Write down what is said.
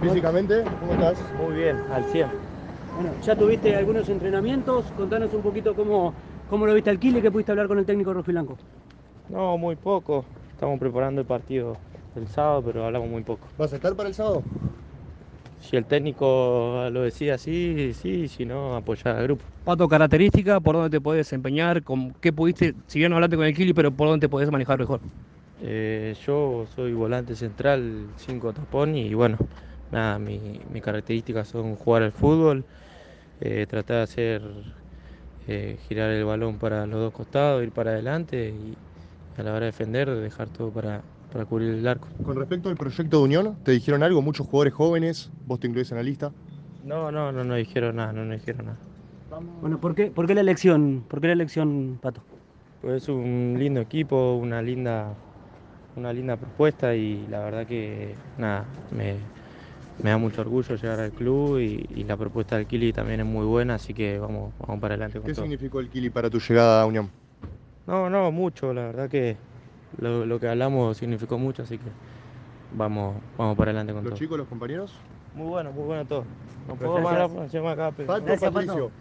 Físicamente, ¿cómo estás? Muy bien, al 100. Bueno, ya tuviste algunos entrenamientos. Contanos un poquito cómo, cómo lo viste al Kile, que pudiste hablar con el técnico Rofi Blanco. No, muy poco. Estamos preparando el partido el sábado, pero hablamos muy poco. ¿Vas a estar para el sábado? Si el técnico lo decía así, sí, si no, apoyar al grupo. Pato, característica, por dónde te podés desempeñar, con qué pudiste, si bien no hablaste con el Kili, pero por dónde te podés manejar mejor. Eh, yo soy volante central, 5 tapón y bueno, nada, mi- mis características son jugar al fútbol, eh, tratar de hacer eh, girar el balón para los dos costados, ir para adelante y a la hora de defender dejar todo para, para cubrir el arco. Con respecto al proyecto de Unión, ¿te dijeron algo? Muchos jugadores jóvenes, vos te incluís en la lista. No, no, no, no dijeron nada, no, no dijeron nada. Bueno, ¿por qué, por qué la elección? ¿Por qué la elección, Pato? Pues es un lindo equipo, una linda, una linda propuesta y la verdad que nada, me, me da mucho orgullo llegar al club y, y la propuesta del Kili también es muy buena, así que vamos, vamos para adelante con ¿Qué todo. significó el Kili para tu llegada a Unión? No, no, mucho, la verdad que lo, lo que hablamos significó mucho, así que vamos, vamos para adelante con ¿Los todo. chicos, los compañeros? Muy bueno, muy bueno todo. No Gracias. más acá, pero- Pato, Gracias, Patricio.